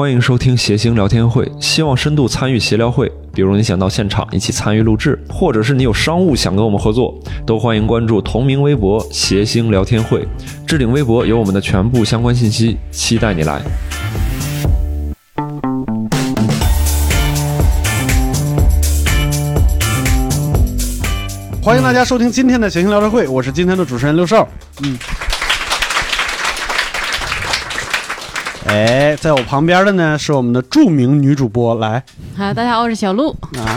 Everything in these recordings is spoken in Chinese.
欢迎收听谐星聊天会，希望深度参与协聊会。比如你想到现场一起参与录制，或者是你有商务想跟我们合作，都欢迎关注同名微博“谐星聊天会”，置顶微博有我们的全部相关信息，期待你来。欢迎大家收听今天的谐星聊天会，我是今天的主持人六少。嗯，哎，在我旁边的呢是我们的著名女主播，来，好，大家好，我是小鹿。哎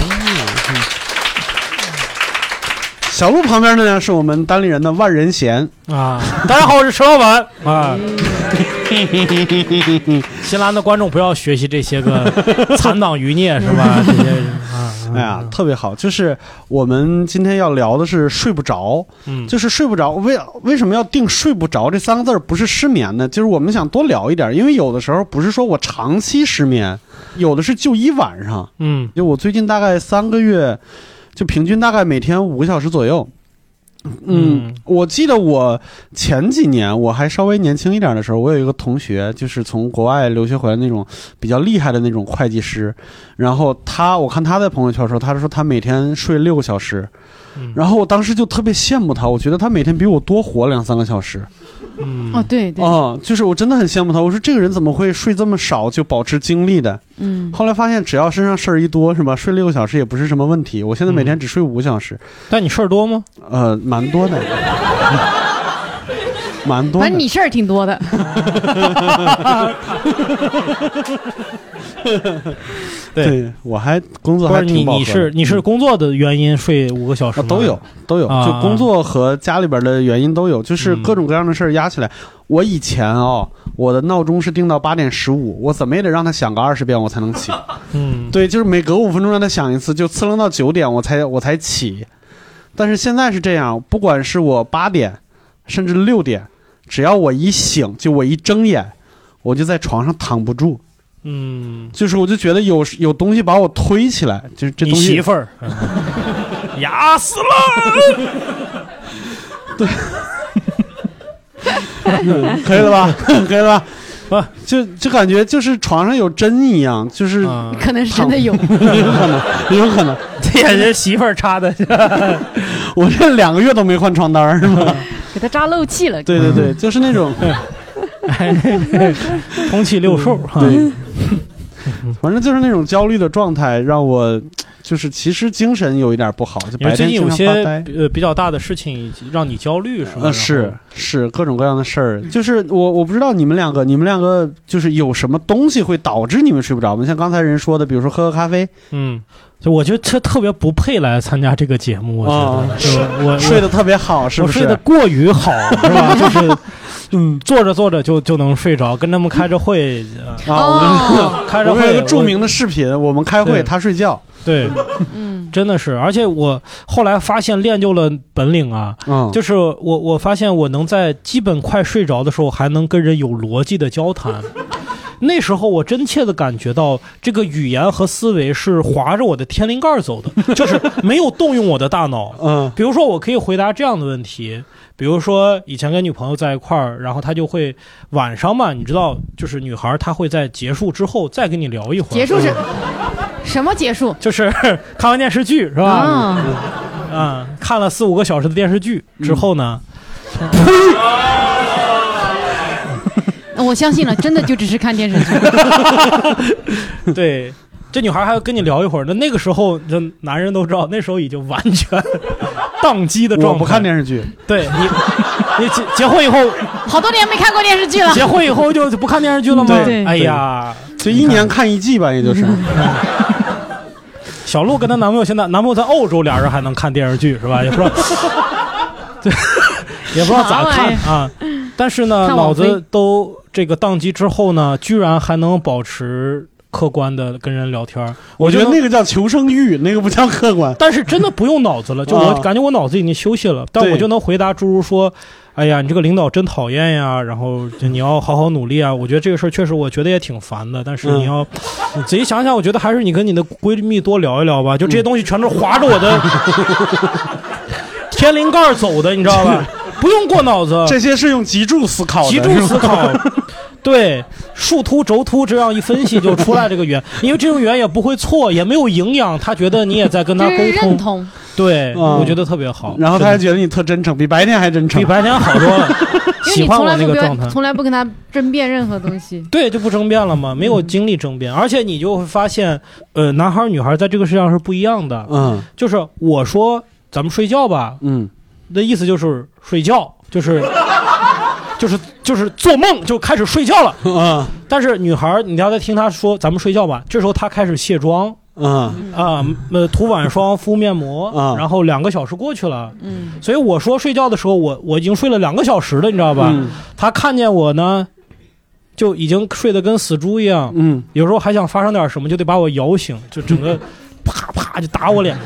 小鹿旁边的呢是我们单立人的万人贤。啊！大家好，我是陈老板啊。新来的观众不要学习这些个残党余孽是吧？这些人啊，哎呀，特别好，就是我们今天要聊的是睡不着，嗯，就是睡不着。为为什么要定睡不着这三个字儿？不是失眠呢？就是我们想多聊一点，因为有的时候不是说我长期失眠，有的是就一晚上。嗯就我最近大概三个月，就平均大概每天五个小时左右。嗯，嗯我记得我前几年我还稍微年轻一点的时候，我有一个同学，就是从国外留学回来那种比较厉害的那种会计师，然后他，我看他在朋友圈说，他说他每天睡六个小时，嗯然后我当时就特别羡慕他，我觉得他每天比我多活两三个小时。嗯哦，对 对，啊、就是我真的很羡慕他，我说这个人怎么会睡这么少就保持精力的？嗯，后来发现，只要身上事儿一多，是吧？睡六个小时也不是什么问题。我现在每嗯天只睡五个小时，但你事儿多吗？呃，蛮多的， 蛮多反正的。你事儿挺多 的。对对，我还工作不还是你挺饱和的。嗯你是你是工作的原因睡五个小时啊吗都有都有，啊就工作和家里边的原因都有，就是嗯各种各样的事儿压起来。我以前啊、我的闹钟是定到八点十五，我怎么也得让它响个二十遍我才能起。嗯对，就是每隔五分钟让它响一次，就刺楞到九点我才我才起。但是现在是这样，不管是我八点，甚至六点，只要我一醒，就我一睁眼，我就在床上躺不住， 嗯，就是我就觉得有有东西把我推起来，就是这你东媳西 妇儿压死了， 嗯可以了吧？ 可以了 吧？不就就感觉就是床上有针一样，就是啊可能是真的有， 有可能，有可能，这也是媳妇儿插的， 我这两个月都没换床单儿，是吧？给他扎漏气 了。对对对，就是那 种。通气六兽哈。嗯对， 反正就是那种焦虑的状态，让我就是其实精神有一点不好，就因白为最天近有经常些发呆。呃比较大的事情让你焦虑是吧？呃，是是各种各样的事儿，就是我我不知道你们两个，你们两个就是有什么东西会导致你们睡不着吗？像刚才人说的，比如说喝喝咖啡，嗯，就我觉得这特别不配来参加这个节目，我觉啊得，哦就是我 睡得特别好，是我不我是？睡得过于好，是 吧？就是嗯，坐着坐着就就能睡着，跟他们开着会，啊，我们 呃、开我着们会有一个著我名的视频，我们开会对他睡觉，对，嗯，真的是，而且我后来发现练就了本领啊，嗯，就是我我发现我能在基本快睡着的时候，还能跟人有逻辑的交谈。 那时候我真切的感觉到，这个语言和思维是划着我的天灵盖儿 走的，就是没有动用我的大脑。嗯比如说，我可以回答这样的问题，比如说以前跟女朋友在一块儿，然后她就会晚上嘛，你知道，就是女孩儿她会在结束之后再跟你聊一会儿，嗯结束是什么结束？就是看完电视剧是吧？啊，啊、看了四五个小时的电视剧之后呢，嗯我相信了，真的就只是看电视 剧。对。这女孩还要跟你聊一会儿，那那个时候，这男人都知道，那时候已经完全 宕机的状我态。不看电视剧，对你，你结结婚以后，好多年没看过电视剧了。结婚以后就就不看电视剧了吗？对对哎呀，嗯就一年看一季吧，也就是。 小鹿跟她男朋友现在男朋友在欧洲，俩人还能看电视剧是吧？也不知道，对，也不知道咋看啊。但是呢，看脑网飞子都这个宕机之后呢，居然还能保持客观的跟人聊天儿，我觉就得能那个叫求生欲，那个不叫客观。但是真的不用脑子了，就我啊感觉我脑子已经休息了，但对我就能回答诸如说，哎呀，你这个领导真讨厌呀，然后就你要好好努力啊。我觉得这个事儿确实我觉得也挺烦的，但是嗯你要、你仔细想想，我觉得还是你跟你的闺蜜多聊一聊吧，就嗯这些东西全都划着 我的天灵盖 儿走的，你知道吧？不用过脑子，这些是用脊柱思考的， 集中思考。对，树突轴突这样一分析就出来这个圆， 因为这种圆也不会错，也没有营养，他觉得你也在跟他这沟是认通，同，对，嗯我觉得特别好。然后他还真的觉得你特真诚，比白天还真诚比。白天好多 了，因为喜你欢从我来那不个跟状态。嗯从来不跟他争辩任何东西。对，就不争辩了嗯嘛，没有精力争辩，而且你就会发现，呃，男孩儿女孩儿在这个世界上是不一样的。嗯就是我说咱们睡觉吧，嗯，那意思就是睡觉，就是 就是就是做梦就开始睡觉了。 嗯但是女孩儿，你要再听她说咱们睡觉吧，这时候她开始卸妆嗯啊，呃，涂晚霜、敷面膜，啊然后两个小时过去了。嗯，所以我说睡觉的时候，我我已经睡了两个小时了，你知道吧？嗯她看见我呢，就已经睡得跟死猪一样。嗯有时候还想发生点什么，就得把我摇醒，就整 个啪啪就打我脸，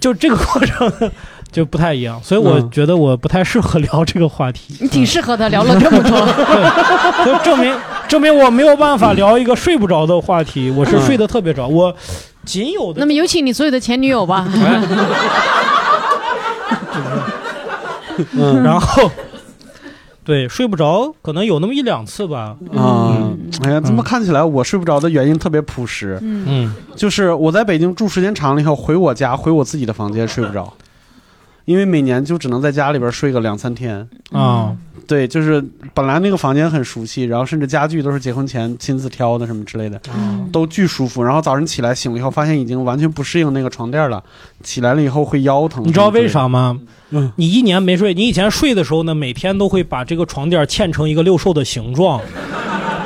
就这个过程就不太一样，所以我嗯觉得我不太适合聊这个话题，你挺适合的，聊了这么多， 就证明证明我没有办法聊一个睡不着的话题，我是睡得特别着，我仅有那的么有请你所有的前女友 吧。哎嗯然后。 对，睡不着，可能有那么一两次吧。啊！哎呀，怎么看起来我睡不着的原因特别朴实？嗯，嗯，就是我在北京住时间长了以后，回我家回我自己的房间睡不着，因为每年就只能在家里边睡个两三天。啊，对，就是本来那个房间很熟悉，然后甚至家具都是结婚前亲自挑的什么之类的，啊嗯都巨舒服。然后早晨起来醒了以后，发现已经完全不适应那个床垫了，起来了以后会腰疼。你知道为？啥吗？嗯你一年没睡，你以前睡的时候呢，每天都会把这个床垫嵌成一个六兽的形状，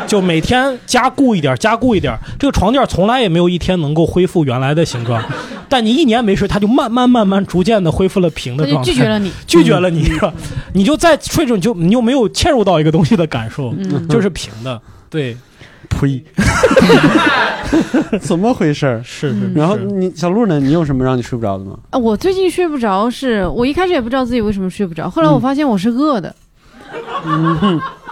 就每天加固一点，加固一点。这个床垫从来也没有一天能够恢复原来的形状，但你一年没睡，它就慢慢慢慢逐渐的恢复了平他的就状态，拒绝了你。嗯拒绝了你， 你就再睡着，你就你就没有嵌入到一个东西的感受，嗯，就是平的。对， 呸！怎么回事儿？是是。嗯然后你小鹿呢？你有什么让你睡不着的吗？ 啊我最近睡不着是，我一开始也不知道自己为什么睡不着，后嗯来我发现我是饿的，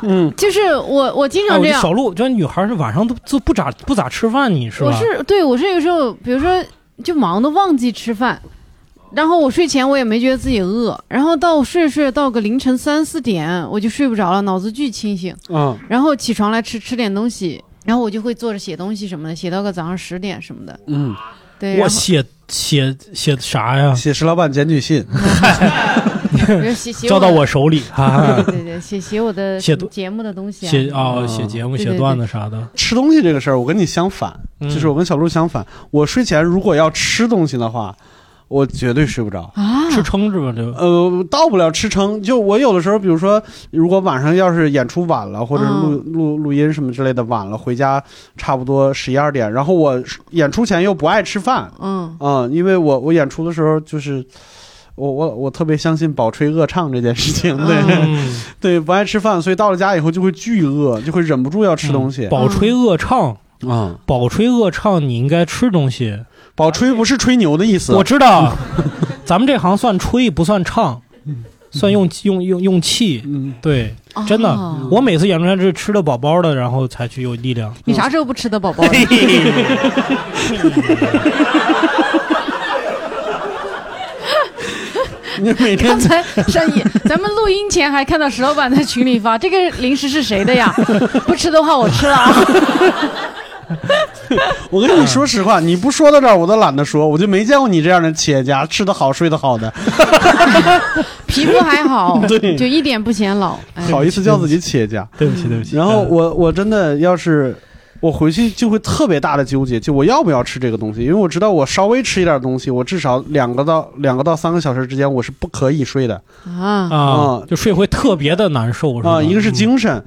嗯就是我我经哎，常我这这样，小鹿，这女孩是晚上都都不咋不咋吃饭，你是吧？我是对我是有时候，比如说就忙的忘记吃饭，然后我睡前我也没觉得自己饿，然后到睡睡到个凌晨三四点我就睡不着了，脑子巨清醒，啊然后起床来吃吃点东西，然后我就会坐着写东西什么的，写到个早上十点什 么的。嗯，对，我然后写写写啥呀？写石老板检举信。比如写写交到的我手里，对对对，写写我的写多节目的东西啊，写啊、啊写节目、对写对段子啥的，吃东西这个事儿，我跟你相反，嗯就是我跟小鹿相反。我睡前如果要吃东西的话，我绝对睡不着。啊， 吃撑着吧，这个呃，到不了吃撑。就我有的时候，比如说，如果晚上要是演出晚了，或者嗯录、录录音什么之类的晚了，回家差不多十一二点，然后我演出前又不爱吃饭，嗯，嗯，因为我我演出的时候就是。我我我特别相信饱吹饿唱这件事情，对、嗯对，不爱吃饭，所以到了家以后就会巨饿，就会忍不住要吃东西。嗯饱吹饿唱，嗯，饱吹饿唱，你应该吃东西。饱吹不是吹牛的意思，啊我知道， 咱们这行算吹不算唱，算用用用用气。嗯，对，真的哦我每次演出来是吃的饱饱的，然后才去有力量。你嗯啥时候不吃的，宝宝？ 你每天刚才上一咱们录音前还看到石老板在群里发这个零食是谁 的呀？不吃的话我吃了啊。我跟你说实话，你不说到这儿我都懒得说，我就没见过你这样的企业家，吃得好，睡得好的，皮肤还好， 对就一点不显老。哎，好意思叫自己企业家。对不起，对不起。嗯然后我我真的要是我回去就会特别大的纠结，就我要不要吃这个东西，因为我知道我稍微吃一点东西，我至少两个到两个到三个小时之间我是不可以睡的啊，啊啊，就睡回特别的难受，吧嗯啊、一个是精神。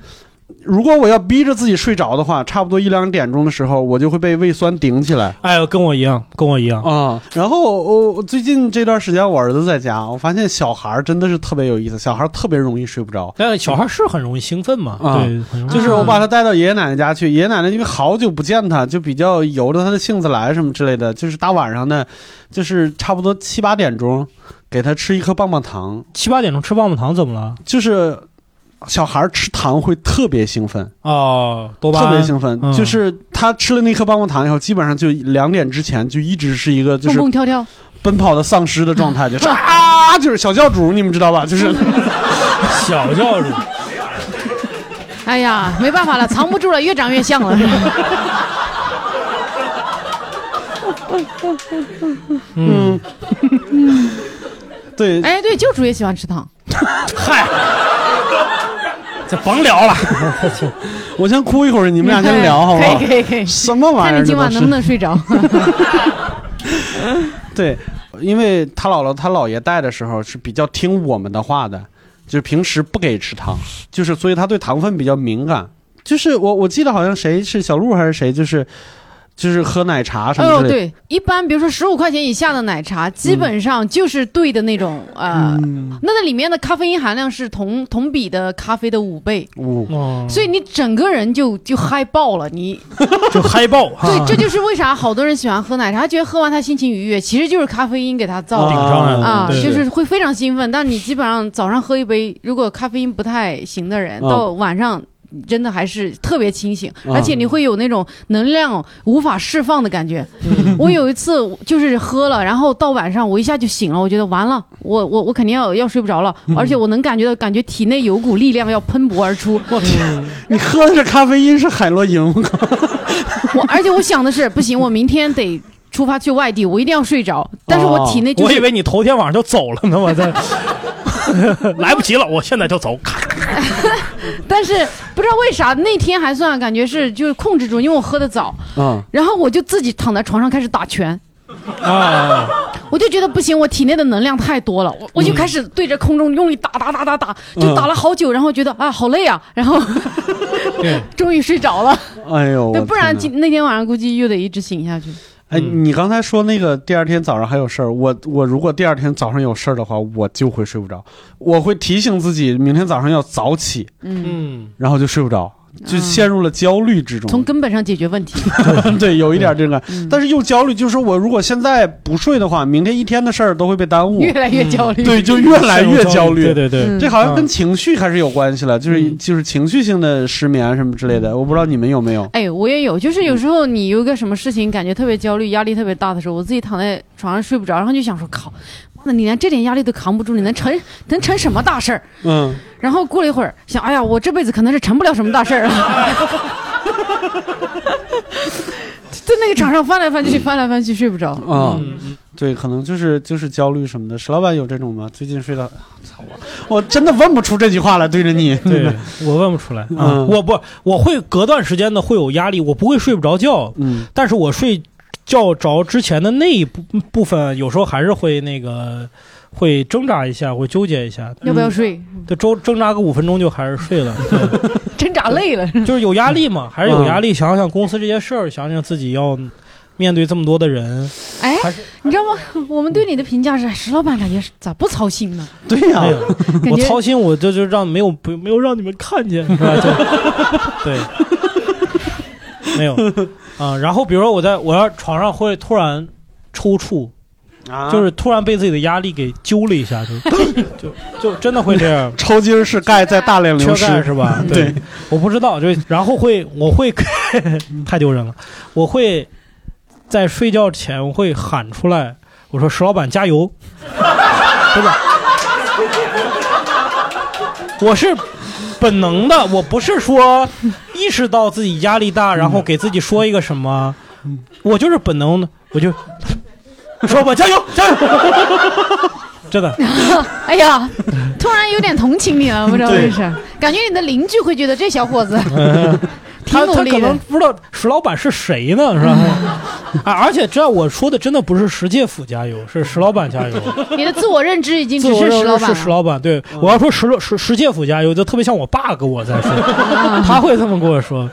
如果我要逼着自己睡着的话，差不多一两点钟的时候，我就会被胃酸顶起来。哎呦，跟我一样，跟我一样。啊、然后我我最近这段时间我儿子在家，我发现小孩儿真的是特别有意思，小孩儿特别容易睡不着。但小孩是很容易兴奋嘛，啊对，很容易。就是我把他带到爷爷奶奶家去，爷爷奶奶因为好久不见他，就比较由着他的性子来什么之类的。就是大晚上的，就是差不多七八点钟，给他吃一颗棒棒糖。七八点钟吃棒棒糖怎么了？就是小孩儿吃糖会特别兴奋，哦，多巴特别胺。兴奋。嗯就是他吃了那颗棒棒糖以后，基本上就两点之前就一直是一个就蹦是蹦跳跳，奔跑的丧尸的状 态，就是啊， 就是小教主，你们知道吧？就是。小教主，哎呀，没办法了，藏不住了，越长越像了。 嗯，对，哎，对，旧主也喜欢吃糖。嗨，这甭聊了， 我先哭一会儿，你你们俩先聊好不好 可以？可以可以，什么玩意看儿？你今晚这能都不是能睡着。对，因为他姥姥他姥爷带的时候是比较听我们的话的，就是平时不给吃糖，就是所以他对糖分比较敏感。就是我我记得好像谁是小鹿还是谁，就是就是喝奶茶什哎么呦，之类的。对，一般比如说十五块钱以下的奶茶，基本上就是兑的那种啊，呃嗯，那那里面的咖啡因含量是同同比的咖啡的五倍，五、嗯，所以你整个人就就嗨爆了。你就嗨爆，对，这就是为啥好多人喜欢喝奶茶，他觉得喝完他心情愉悦，其实就是咖啡因给他造顶的。上来了啊，对就是会非常兴奋，但你基本上早上喝一杯，如果咖啡因不太行的人，嗯到晚上真的还是特别清醒，嗯而且你会有那种能量无法释放的感觉。嗯我有一次就是喝了，然后到晚上我一下就醒了，我觉得完了，我我我肯定要要睡不着了，嗯而且我能感觉到，感觉体内有股力量要喷薄而出。我 天，你喝的是咖啡因是海洛因，我靠！我而且我想的是，不行，我明天得出发去外地，我一定要睡着。但是我体内就哦我是以为你头天晚上就走了呢，我这 来不及了，我现在就走，咔但是不知道为啥那天还算感觉是就是控制住，因为我喝的早，嗯，然后我就自己躺在床上开始打拳，啊，我就觉得不行，我体内的能量太多了，我我嗯就开始对着空中用力打打打打打，就打了好久，然后觉得啊好累啊，然后 对，终于睡着了， 哎呦，我对，不然天今那天晚上估计又得一直醒下去。哪哎，你刚才说那个第二天早上还有事儿，我我如果第二天早上有事儿的话，我就会睡不着，我会提醒自己明天早上要早起，嗯，嗯，然后就睡不着，就陷入了焦虑之中。啊从根本上解决问题。 对，有一点这个，嗯但是又焦虑，就是说我如果现在不睡的话，明天一天的事儿都会被耽误越。来嗯越焦虑。对，就越来越焦虑。对对对，嗯这好像跟情绪还是有关系了，就是嗯就是情绪性的失眠啊什么之类的，我不知道你们有没有。哎，我也有，就是有时候你有一个什么事情感觉特别焦虑、压力特别大的时候，我自己躺在床上睡不着，然后就想说，靠，妈的，你连这点压力都扛不住，你能成能成什么大事儿？嗯，然后过了一会儿，想，哎呀，我这辈子可能是成不了什么大事儿了。 在那个床上翻来翻去，翻来翻去，睡不着。啊、嗯，对，可能就是就是焦虑什么的。史老板有这种吗？最近睡到，操我，我真的问不出这句话来，对着你。对，我问不出来啊嗯，我不，我会隔段时间的会有压力，我不会睡不着觉，嗯但是我睡觉着之前的那一部嗯部分，有时候还是会那个。会挣扎一下，会纠结一下，要不要睡？这周挣扎个五分钟就还是睡 了，对挣扎累了。就是有压力嘛，还是有压力。想想公司这些事儿，想想自己要面对这么多的人，哎还是，你知道吗？我们对你的评价是，哎石老板感觉咋不操心呢？对呀、哎呀，感我觉操心，我这就让没有不没有让你们看见，是吧？就 对，没有啊、然后比如说我在我要床上会突然抽搐，啊就是突然被自己的压力给揪了一下， 就就就真的会这样。抽筋儿是钙在大量缺流失。钙是 吧？对，我不知道，就然后会我会 太丢人了，我会在睡觉前我会喊出来，我说石老板加油，真的，我是。本能的，我不是说意识到自己压力大，然后给自己说一个什么，嗯我就是本能的，我就说我加油加油， 真的， 哎呀，突然有点同情你了，不知道对为啥，感觉你的邻居会觉得这小伙子 挺他努他可力能的。嗯不知道石老板是谁呢，是吧？啊，而且这我说的真的不是石介甫加油，是石老板 加油。你的自我认知已经哎自只我是认石为老板啊是石了。老板，对嗯我要说石石石介甫加油，就特别像我爸跟我在说，嗯 他会这么跟我说。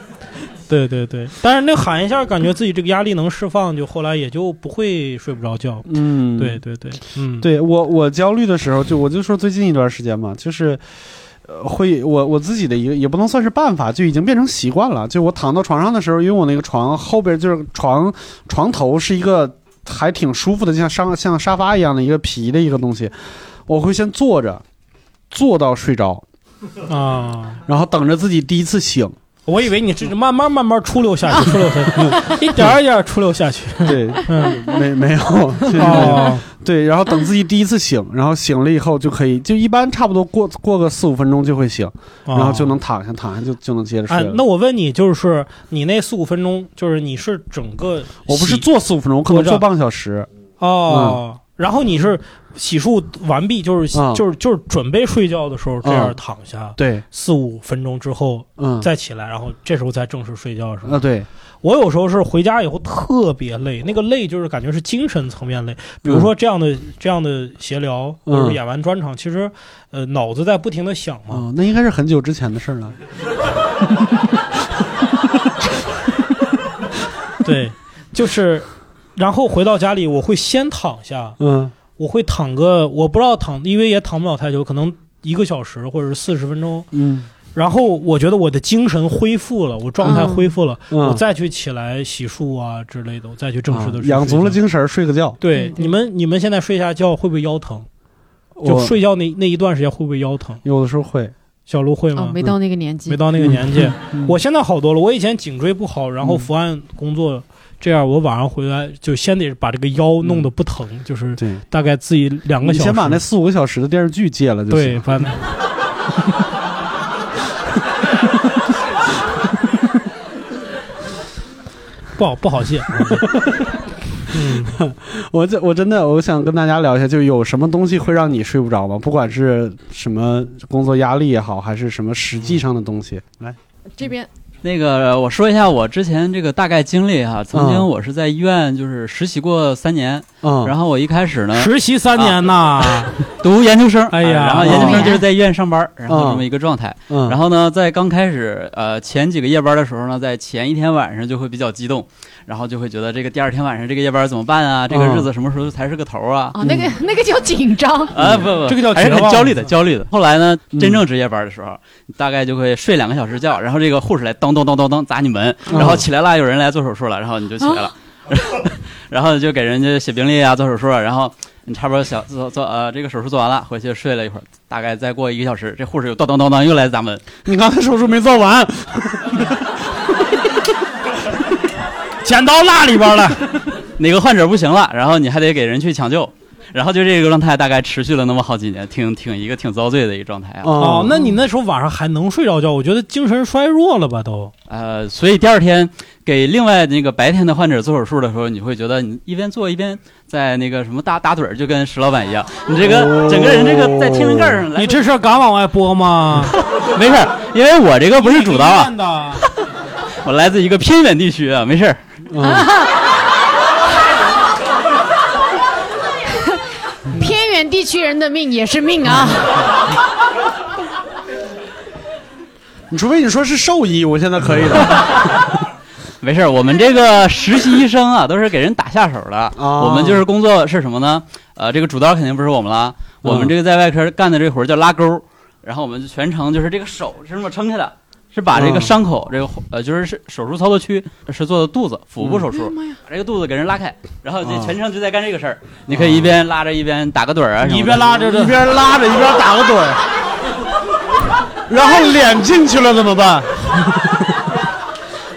对对对，但是那喊一下，感觉自己这个压力能释放，就后来也就不会睡不着觉。嗯，对对对，嗯，对我我焦虑的时候，就我就说最近一段时间嘛，就是。呃，会我我自己的一个也不能算是办法，就已经变成习惯了。就我躺到床上的时候，因为我那个床后边就是床床头是一个还挺舒服的，就像沙像沙发一样的一个皮的一个东西，我会先坐着，坐到睡着，啊，然后等着自己第一次醒。我以为你这是慢慢慢慢出溜下去，出溜下去，一点儿一点儿出溜下去。 对，嗯，没没有，就是没有哦，对，然后等自己第一次醒，然后醒了以后就可以，就一般差不多过过个四五分钟就会醒，然后就能躺下，躺下就就能接着睡哎，了。哦那我问你，就是你那四五分钟，就是你是整个洗我不是坐四五分钟，我可能我知道坐半个小时。哦，然后你是洗漱完毕，就是洗嗯就是就是准备睡觉的时候这样嗯躺下对，四五分钟之后嗯，再起来，然后这时候才正式睡觉是吧？啊对，我有时候是回家以后特别累，那个累就是感觉是精神层面累，比如说这样的、这样的闲聊，嗯或者演完专场，其实呃脑子在不停的想嘛。哦，那应该是很久之前的事儿了。 对，就是，然后回到家里，我会先躺下，嗯我会躺个，我不知道躺，因为也躺不了太久，可能一个小时或者是四十分钟。嗯然后我觉得我的精神恢复了，我状态恢复了，嗯，我再去起来洗漱啊之类的，我再去正式的、啊养足了。精神儿睡个觉，对嗯对你们，你们现在睡下觉会不会腰疼？就我睡觉那那一段时间会不会腰疼？有的时候会。小卢会吗？哦，没到那个年纪没，到那个年纪，嗯我现在好多了。我以前颈椎不好，然后嗯伏案工作，这样我晚上回来就先得把这个腰弄得不疼，就是嗯对，大概自己两个你小时。先把那四五个小时的电视剧戒了就对，行。把那。不好不好 谢，嗯，我这我真的我想跟大家聊一下，就有什么东西会让你睡不着吗？不管是什么工作压力也好，还是什么实际上的东西。来，这边那个，我说一下我之前这个大概经历哈。曾经我是在医院就是实习过三年，嗯，然后我一开始呢啊实习三年呐， 读研究生，啊哎呀然后研究生就是在医院上班，啊然后嗯这么一个状态。嗯，然后呢，在刚开始呃前几个夜班的时候呢，在前一天晚上就会比较激动，然后就会觉得这个第二天晚上这个夜班怎么办啊？这个嗯日子什么时候才是个头啊？啊，那个 那个叫紧张，啊不不，嗯这个叫还是绝很望嗯焦虑的，焦虑的。后来呢，嗯真正值夜班的时候，你大概就会睡两个小时觉，然后这个护士来当当当当当砸你门，嗯然后起来了，有人来做手术了，然后你就起来了，然后就给人家写病历啊，做手术，然后你差不多小做做呃这个手术做完了，回去睡了一会儿，大概再过一个小时，这护士又当当当当又来砸门，你刚才手术没做完，剪刀落里 边了， 哪个患者不行了，然后你还得给人去抢救。然后就这个状态大概持续了那么好几年，挺挺一个挺遭罪的一个状态啊。哦，那你那时候晚上还能睡着觉？我觉得精神衰弱了吧都。呃，所以第二天给另外那个白天的患者做手术的时候，你会觉得你一边做一边在那个什么打打盹儿，就跟石老板一样，你这个整个人这个在天灵盖儿上来。你这事儿敢往外播吗？ 没事儿，因为我这个不是主刀 啊，的，我来自一个偏远地区啊，没事儿。嗯偏远地区人的命也是命啊。你除非你说是兽医，我现在可以了。 没事儿，我们这个实习医生啊，都是给人打下手的。哦我们就是工作是什么呢？呃，这个主刀肯定不是我们了，我们嗯这个在外科干的这活儿叫拉钩儿，然后我们就全程就是这个手是这么撑开的，是把这个嗯伤口这个呃就是是手术操作区是做的肚子腹部手术，妈哎呀，把这个肚子给人拉开，然后这嗯全程就在干这个事儿。你可以一边拉着一边打个盹儿啊什么的，你一边拉着哦一的，边拉着一边打个盹儿， 然后脸进去了怎么办？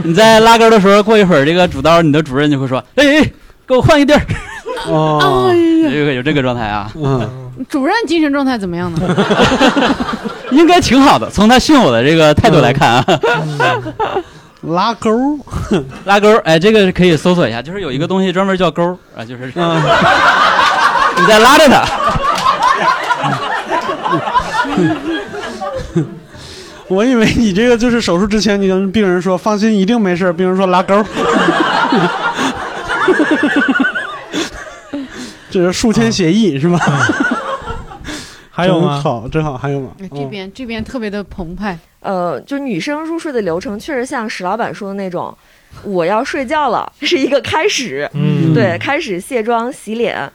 你在拉钩的时候，过一会儿这个主刀你的主任就会说，哎哎，给我换一个地儿， 哦，有有这个状态啊。嗯，主任精神状态怎么样呢？ 应该挺好的。从他训我的这个态度来看啊，嗯 拉钩儿，拉钩儿，哎，这个可以搜索一下，就是有一个东西专门叫钩儿啊，就是嗯 你在拉着它，我以为你这个就是手术之前，你跟病人说放心，一定没事儿。病人说拉钩儿， 这是术前协议是吧？ 还有真吗？好，真好，还有吗？嗯这边这边特别的澎湃，嗯呃，就女生入睡的流程确实像史老板说的那种，我要睡觉了是一个开始，嗯，对，开始卸妆洗脸。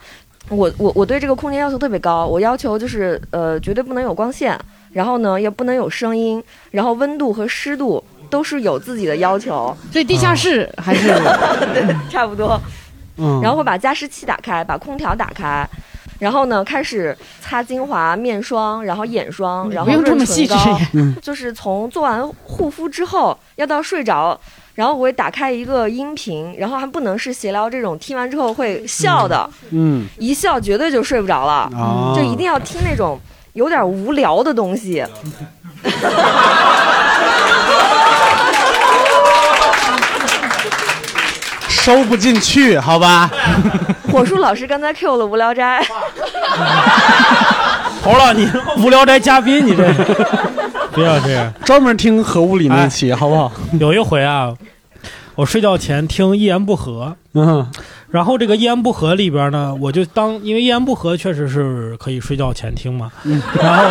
我我我对这个空间要求特别高，我要求就是呃，绝对不能有光线，然后呢也不能有声音，然后温度和湿度都是有自己的要求，啊所以地下室还 是差不多。嗯，然后会把加湿器打开，把空调打开，然后呢，开始擦精华、面霜，然后眼霜，然后不用这么润细致唇膏。呀。就是从做完护肤之后，要到睡着，然后我会打开一个音频，然后还不能是闲聊这种，听完之后会笑的，嗯一笑绝对就睡不着了，啊，就一定要听那种有点无聊的东西。收不进去，好吧？ 火树老师刚才 Q 了《无聊斋》， 头了，你无聊斋嘉宾，你这 不要这样。专门听核物理那期，好不好？啊哎有一回啊，我睡觉前听一言不合，嗯然后这个一言不合里边呢，我就当因为一言不合确实是可以睡觉前听嘛，嗯然后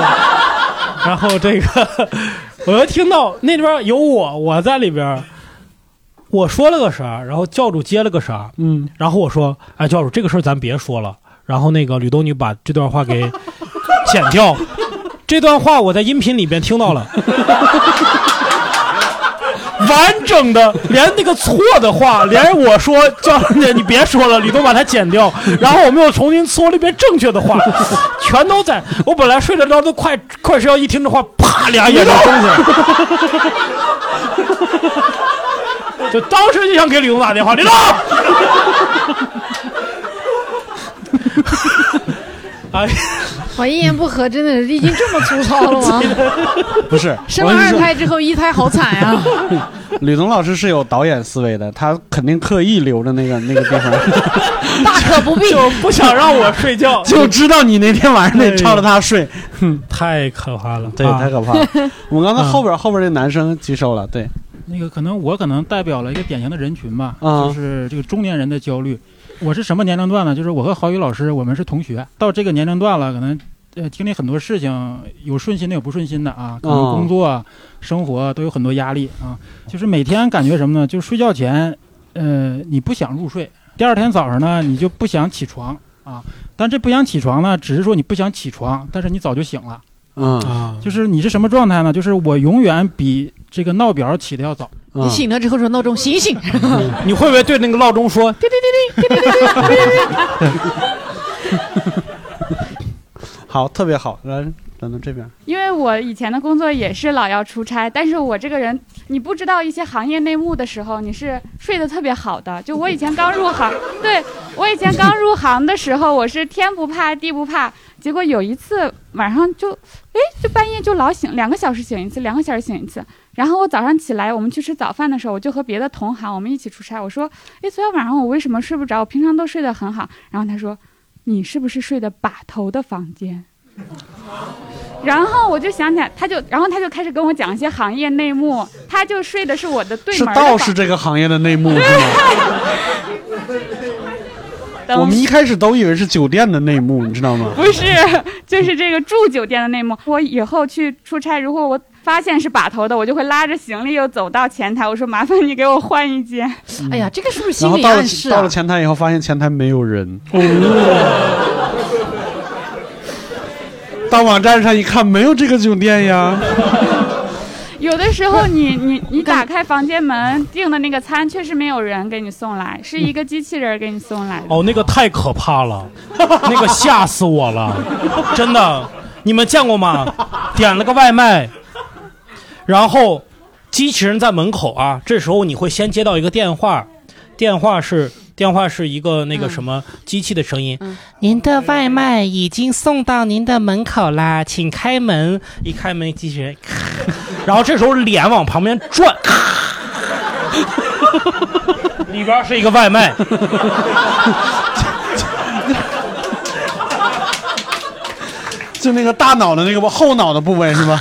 然后这个 我又听到那里边有我，我在里边，我说了个啥，然后教主接了个啥，嗯，然后我说，哎，教主这个事儿咱别说了，然后那个吕东女把这段话给 剪掉，这段话我在音频里边听到了。完整的，连哎那个错的话，连我说叫你你别说了，李东把它剪掉，然后我们又重新说了一遍正确的话，全都在。我本来睡得着都快快睡觉，一听这话，啪，俩眼睛睁起来，就当时就想给李东打电 话，李东。哎，我一言不合，真的已经这么粗糙了吗？不是，生我了跟你说，二胎之后，一胎好惨啊呀、 吕东老师是有导演思维的，他肯定刻意留着那个那个地方，大可 不必。就 不想让我睡觉， 就知道你那天晚上得照着他睡，太可怕了。对，啊嗯太可怕 了。我们刚才后边后边这男生举手了，对，那个可能我可能代表了一个典型的人群吧，啊就是这个中年人的焦虑。我是什么年龄段呢？就是我和郝宇老师，我们是同学，到这个年龄段了，可能呃经历很多事情，有顺心的，有不顺心的啊，可能哦工作、啊、生活啊都有很多压力啊。就是每天感觉什么呢？就是睡觉前，呃，你不想入睡，第二天早上呢，你就不想起床啊。但这不想起床呢，只是说你不想起床，但是你早就醒了。嗯，啊，就是你是什么状态呢？就是我永远比这个闹表起的要早。嗯你醒了之后说闹钟醒醒，嗯 你会不会对那个闹钟说好，特别好，来转到这边，因为我以前的工作也是老要出差，但是我这个人，你不知道一些行业内幕的时候，你是睡得特别好的。就我以前刚入行， 对我以前刚入行的时候，我是天不怕地不怕，结果有一次晚上就，哎，就半夜就老醒，两个小时醒一次，两个小时醒一次。然后我早上起来，我们去吃早饭的时候，我就和别的同行我们一起出差，我说，哎，昨天晚上我为什么睡不着？我平常都睡得很好。然后他说，你是不是睡的把头的房间？然后我就想起来，他就，然后他就开始跟我讲一些行业内幕。他就睡的是我的对是门儿的道房士这个行业的 内幕是吗？等我们一开始都以为是酒店的内幕，你知道吗？不是， 就是这个住酒店的内幕。我以后去出差，如果我发现是把头的，我就会拉着行李又走到前台，我说麻烦你给我换一间。哎呀，这个是嗯不是然心后理到了暗示到啊了？前台以后，发现前台没有人。哦到网站上一看，没有这个酒店呀。有的时候你你你打开房间门订的那个餐，确实没有人给你送来，是一个机器人给你送来的。哦，那个太可 怕了，那个吓死我了，真的，你们见过吗？点了个外卖，然后机器人在门口啊，这时候你会先接到一个电话，电话是电话是一个嗯那个什么机器的声音，您的外卖已经送到您的门口啦，请开门。一开门，机器人，咔然后这时候脸往旁边 转，咔里边是一个 外卖。就那个大脑的那个吧后脑的部位是吧？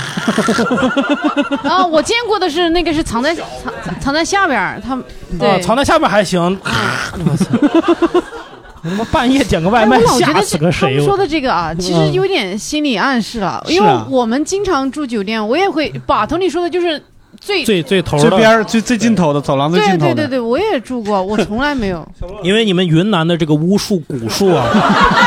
啊，我见过的是那个是藏在藏藏藏在下边儿，他们对、嗯啊，藏在下面还行。我操！我他妈半夜点个外卖哎，我老觉吓得死这他个谁们说我！嗯的这个啊，其实有点心理暗示了，是啊因为我们经常住酒店，我也会把头你说的就是最最最头最边的，儿最最尽头的走廊最对尽头对的。对对，我也住过，我从来没有。因为你们云南的这个巫术、蛊术啊，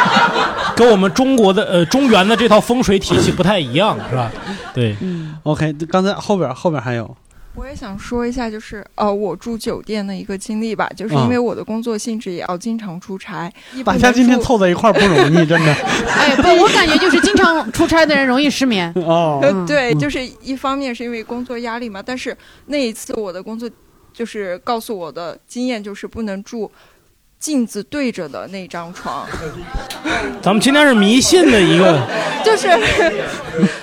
跟我们中国的呃中原的这套风水体系不太一样，是吧？对， OK，刚才后边后边还有，我也想说一下，就是呃，我住酒店的一个经历吧，就是嗯因为我的工作性质也要经常出差，一不大能家今天住凑在一块儿不容易，真的。哎，不，我感觉就是经常出差的人容易失 眠。 哦，呃 嗯，对，就是一方面是因为工作压力嘛，但是那一次我的工作就是告诉我的经验就是不能住镜子对着的那张床，咱们今天是迷信的一个，就是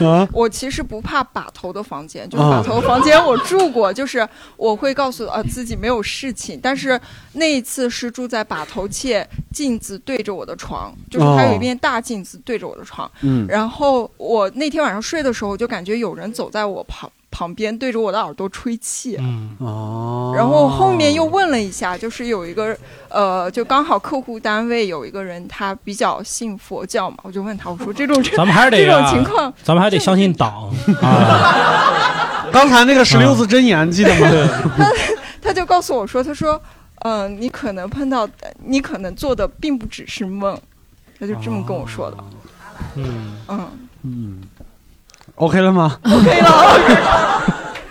啊，我其实不怕把头的房间，就是啊把头房间我住过， 就是我会告诉呃自己没有事情，但是那一次是住在把头妾镜子对着我的床，就是它有一面大镜子对着我的哦床，嗯，然后我那天晚上睡的时候，我就感觉有人走在我旁旁边，对着我的耳朵吹气。嗯，哦，然后后面又问了一下，就是有一个呃，就刚好客户单位有一个人，他比较信佛教嘛，我就问他，我说这种这咱们还是得这种啊情况，咱们还得相信党啊，刚才那个十六字真言记 得吗？他就告诉我说，他说，嗯、你可能碰到的，你可能做的并不只是梦，他就这么跟我说的，嗯，嗯，嗯，OK 了吗？可以了，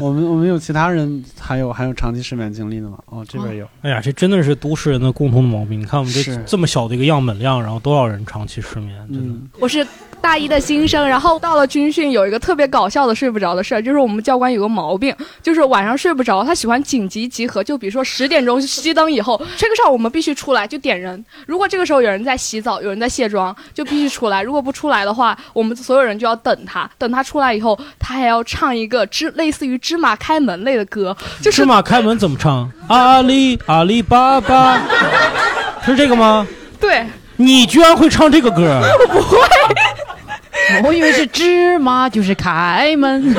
我们我们有其他人还有还有长期失眠经历的吗？哦，这边有，哎呀，这真的是都市人的共同毛病。你看我们这是这么小的一个样本量，然后多少人长期失眠，真的。嗯，我是大一的新生，然后到了军训，有一个特别搞笑的睡不着的事儿，就是我们教官有个毛病，就是晚上睡不着，他喜欢紧急集合，就比如说十点钟熄灯以后，这个时候我们必须出来，就点人。如果这个时候有人在洗澡，有人在卸妆，就必须出来。如果不出来的话，我们所有人就要等他，等他出来以后，他还要唱一个芝类似于《芝麻开门》类的歌，就是芝麻开门怎么唱？阿里阿里巴巴， 是这个吗？对。你居然会唱这个歌？我以为是芝麻就是开 门，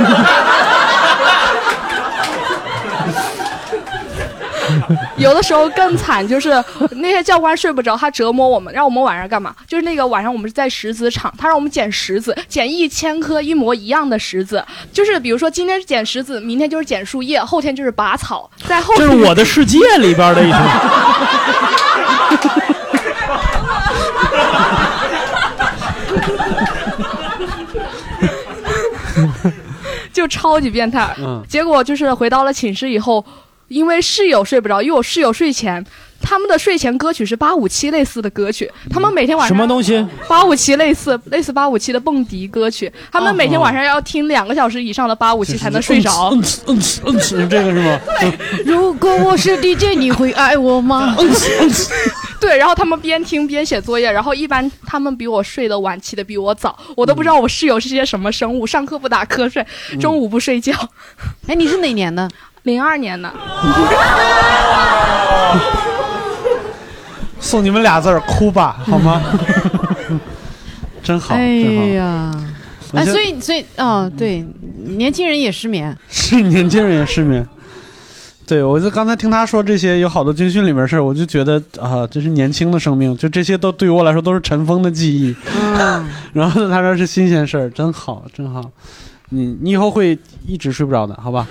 有的时候更惨，就是那些教官睡不着，他折磨我们，让我们晚上干嘛？就是那个晚上我们是在石子场，他让我们捡石子，捡一千颗一模一样的石子，就是比如说今天是捡石子，明天就是捡树叶，后天就是拔草，在后这天是我的世界里边的一首。 就超级变态。嗯结果就是回到了寝室以后，因为室友睡不着，因为我室友睡前。他们的睡前歌曲是八五七类似的歌曲，他们每天晚什上么东西？八五七类似类似八五七的蹦迪歌曲，他们每天晚上要听两个小时以上的八五七才能睡着。嗯哧嗯哧嗯哧，这个是吗？如果我是 DJ，你会爱我吗？嗯哧嗯哧， 对，然后他们边听边写作业，然后一般他们比我睡得晚，起得比我早，我都不知道我室友是些什么生物，上课不打瞌睡，中午不睡觉。 哎，你是哪年的？零二年的，送你们俩字儿，哭吧，好吗？真好，哎真好，呀，哎，所以所以哦，对，年轻人也失眠。是年轻人也失眠。对，我就刚才听他说这些有好多军训里面的事儿，我就觉得啊，这是年轻的生命，就这些都对于我来说都是尘封的记忆。嗯， 然后他说是新鲜事儿，真好，真好。你你以后会一直睡不着的，好吧？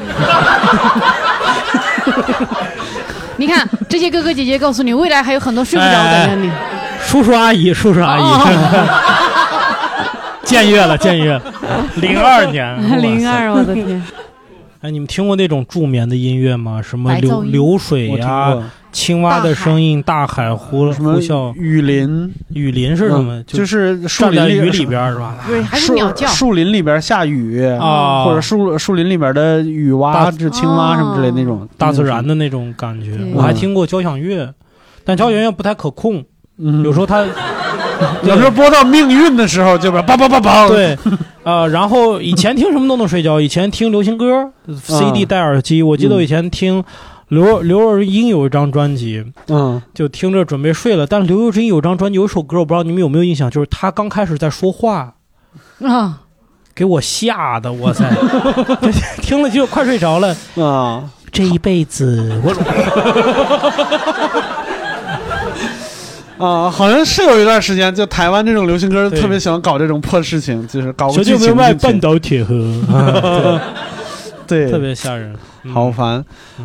你看这些哥哥姐姐告诉你，未来还有很多睡不着的人。你哎哦叔叔阿姨，叔叔阿姨，僭越了，僭 越了。嗯零二年，零哇塞。二，我的天，哎，你们听过那种助眠的音乐吗？什么白流噪音流水我听呀、过青蛙的声音、大海呼什么呼啸、雨林，嗯雨林是什么？就是是树站林在里雨里边儿是吧？对，还是鸟叫。树树林里边下雨，啊，或者树树林里边的雨蛙、大这青蛙什么之类的那种大自然的。的那种感觉。嗯我还听过交响乐，但交响乐不太可控，嗯，有时候它 有时候播到命运的时候，就边叭叭叭叭。， 对，呃，然后以前听什么都能睡觉，以前听流行啊歌，CD 戴耳机，我记得我以前听刘刘若英有一张专辑，嗯就听着准备睡了，但刘若英有张专辑有一首歌，我不知道你们有没有印象，就是她刚开始在说话。啊，给我吓的，哇 塞！听了就快睡着了。啊，这一辈子，我 啊，好像是有一段时间，就台湾这种流行歌对特别喜欢搞这种破事情，就是搞个小剧舅情 明白进去半岛铁盒，啊 对，对特别吓人。嗯好烦。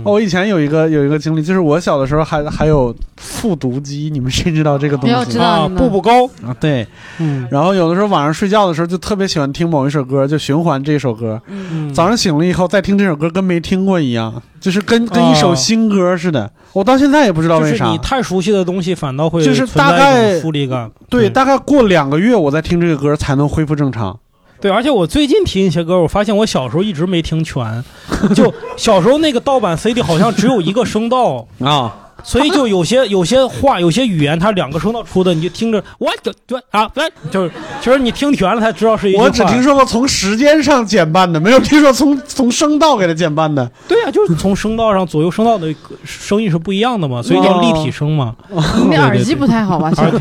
哦，我以前有一个有一个经历，就是我小的时候还还有复读机，你们谁知道这个东西没吗？有知道啊，你们步步高，啊，对。嗯然后有的时候晚上睡觉的时候就特别喜欢听某一首歌，就循环这首歌。嗯，早上醒了以后再听这首歌，跟没听过一样，就是跟跟一首哦新歌似的。我到现在也不知道就为是啥你。太熟悉的东西，反倒会就是存大在一概种疏离感。对，嗯大概过两个月我再听这个歌才能恢复正常。对，而且我最近听一些歌，我发现我小时候一直没听全， 就小时候那个盗版 CD 好像只有一个声道， 啊，所以就有些有些话、有些语言，它两个声道出的，你就听着我就就啊，对，就是其实你听全了才知道是一句话。我只听说过从时间上减半的，没有听说从从声道给它减半的。对呀、就是从声道上左右声道的声音是不一样的嘛，所以叫立体声嘛。 哦你对那耳对机对不太好吧？ 耳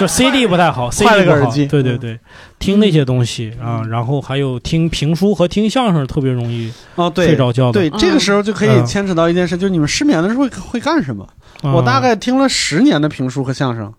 就 CD 不太好，CD 换了个不好耳机嗯对对对，听那些东西啊，然后还有听评书和听相声特别容易哦，睡对。着觉的。对，嗯这个时候就可以嗯牵扯到一件事，就是你们失眠的时候会会干什么？啊我大概听了十年的评书和相声，就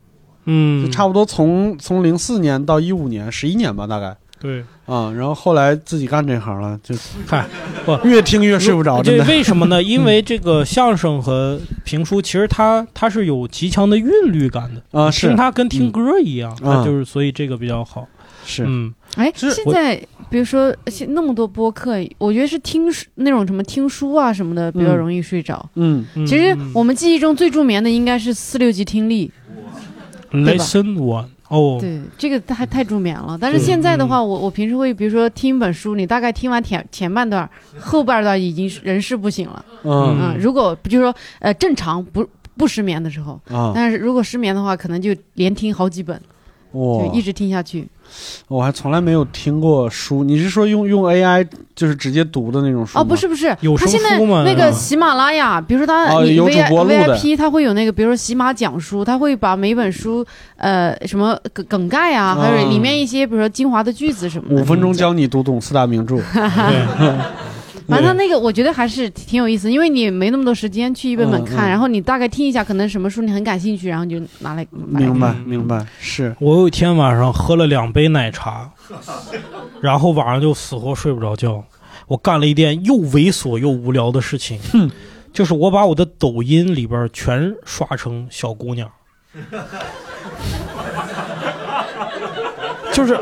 嗯，差不多从从零四年到一五年，十一年吧，大概对，啊、然后后来自己干这行了，就嗨，不越听越睡不着，真这的。嗯为什 么呢？因为这个相声和评书，其实它它是有极强的韵律感的，啊、听是它跟听歌一样，嗯它就是所以这个比较好。是，嗯，哎，是现我在比如说现那么多播客，我觉得是听书那种什么听书啊什么的比较嗯容易睡着。嗯，嗯其实我们记忆中最著名的应该是四六级听力，对吧嗯 listen one 哦，对这个太太著名了。但是对现在的话，我我平时会比如说听一本书，你大概听完前前半段，后半段已经是人事不省了。嗯嗯，如果就是说呃正常不不失眠的时候，啊，但是如果失眠的话，可能就连听好几本，我就一直听下去。我还从来没有听过书，你是说用用 AI 就是直接读的那种书吗？哦，不是不是有，他声现在书嘛那那个种喜马拉雅，比如说他、嗯哦你有 V 主播录的 VIP，他会有那个，比如说喜马讲书，他会把每本书呃什么梗梗概啊，还有里面一些比如说精华的句子什么嗯的。五分钟教你读懂四大名著，对，反正他那个我觉得还是挺有意思，因为你没那么多时间去一本本看，嗯嗯然后你大概听一下，可能什么书你很感兴趣，然后你就拿来买来看。明白嗯明白，是我有一天晚上喝了两杯 奶茶，然后晚上就死活睡不着觉。我干了一件又猥琐又无聊的事情，就是我把我的抖音里边全刷成小姑娘，就是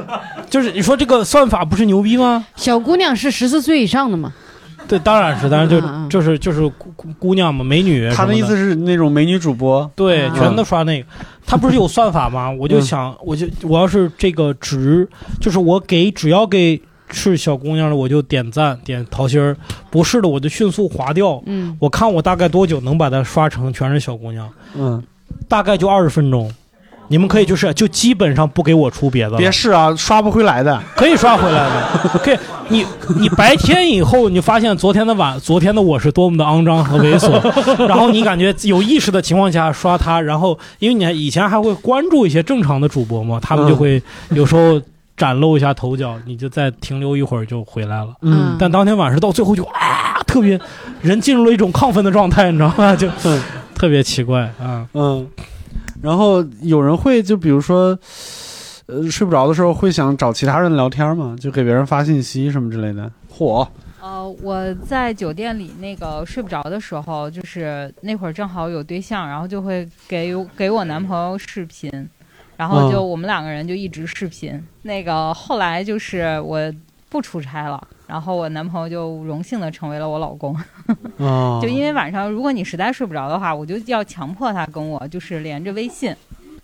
就是你说这个算法不是牛逼吗？小姑娘是十四岁以上的嘛？对，当然是，当然就嗯嗯就是就是姑姑姑娘嘛，美女什么。他的意思是那种美女主播，对，啊全都刷那个。他不是有算法吗？我就嗯想，我就我要是这个值，就是我给只要给是小姑娘的，我就点赞点桃心儿；不是的，我就迅速划掉。嗯，我看我大概多久能把它刷成全是小姑娘，嗯，大概就二十分钟。你们可以就是就基本上不给我出别的了，别试啊，刷不回来的，可以刷回来的。可以，你你白天以后你就发现昨天的晚，昨天的我是多么的肮脏和猥琐，然后你感觉有意识的情况下刷它，然后因为你还以前还会关注一些正常的主播嘛，他们就会有时候展露一下头角，你就再停留一会儿就回来了。嗯但当天晚上到最后就啊，特别人进入了一种亢奋的状态，你知道吗？就嗯特别奇怪啊。嗯，然后有人会就比如说，呃，睡不着的时候会想找其他人聊天嘛，就给别人发信息什么之类的。嚯，呃，我在酒店里那个睡不着的时候，就是那会儿正好有对象，然后就会给我给我男朋友视频，然后就我们两个人就一直视频。那个后来就是我不出差了，然后我男朋友就荣幸的成为了我老公。啊，就因为晚上如果你实在睡不着的话，我就要强迫他跟我就是连着微信，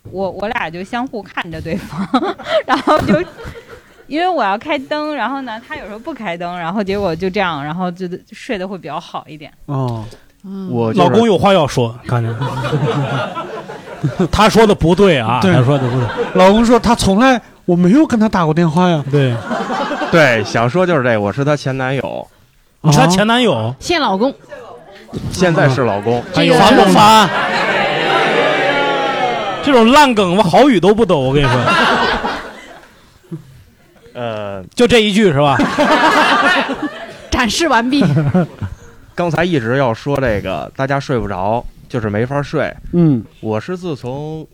我我俩就相互看着对方， 然后就因为我要开灯，然后呢他有时候不开灯，然后结果就这样，然后就睡得会比较好一点。哦，嗯我就老是公有话要说，感觉。他说的不对啊，对他说的不对，老公说他从来我没有跟他打过电话呀，对。 对想说就是这个，我是她前男友，你是她啊前男友，哦现老公， 现在是老公。哎这个烦不烦？这种烂梗我好语都不懂，我跟你说， 呃，就这一句是吧？展示完毕。刚才一直要说这个，大家睡不着，就是没法睡。 嗯我是自从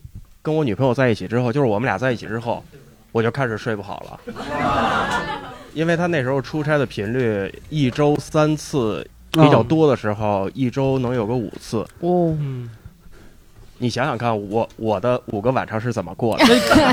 跟我女朋友在一起之后，就是我们俩在一起之后，我就开始睡不好了，因为她那时候出差的频率一周三次，比嗯较多的时候，一周能有个五次。哦，你想想看，我我的五个晚上是怎么过的？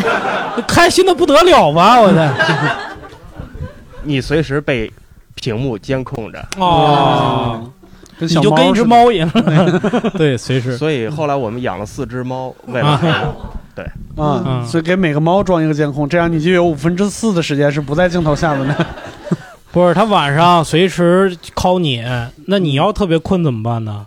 开心的不得了吧！我的， 你随时被屏幕监控着。哦，跟你小就跟一只猫猫一样， 对，随时。所以后来我们养了四只猫，为了陪我对啊、嗯所以给每个猫装一个监控，这样你就有五分之四的时间是不在镜头下的呢。 不 是他晚上随时敲你，那你要特别困怎么办呢？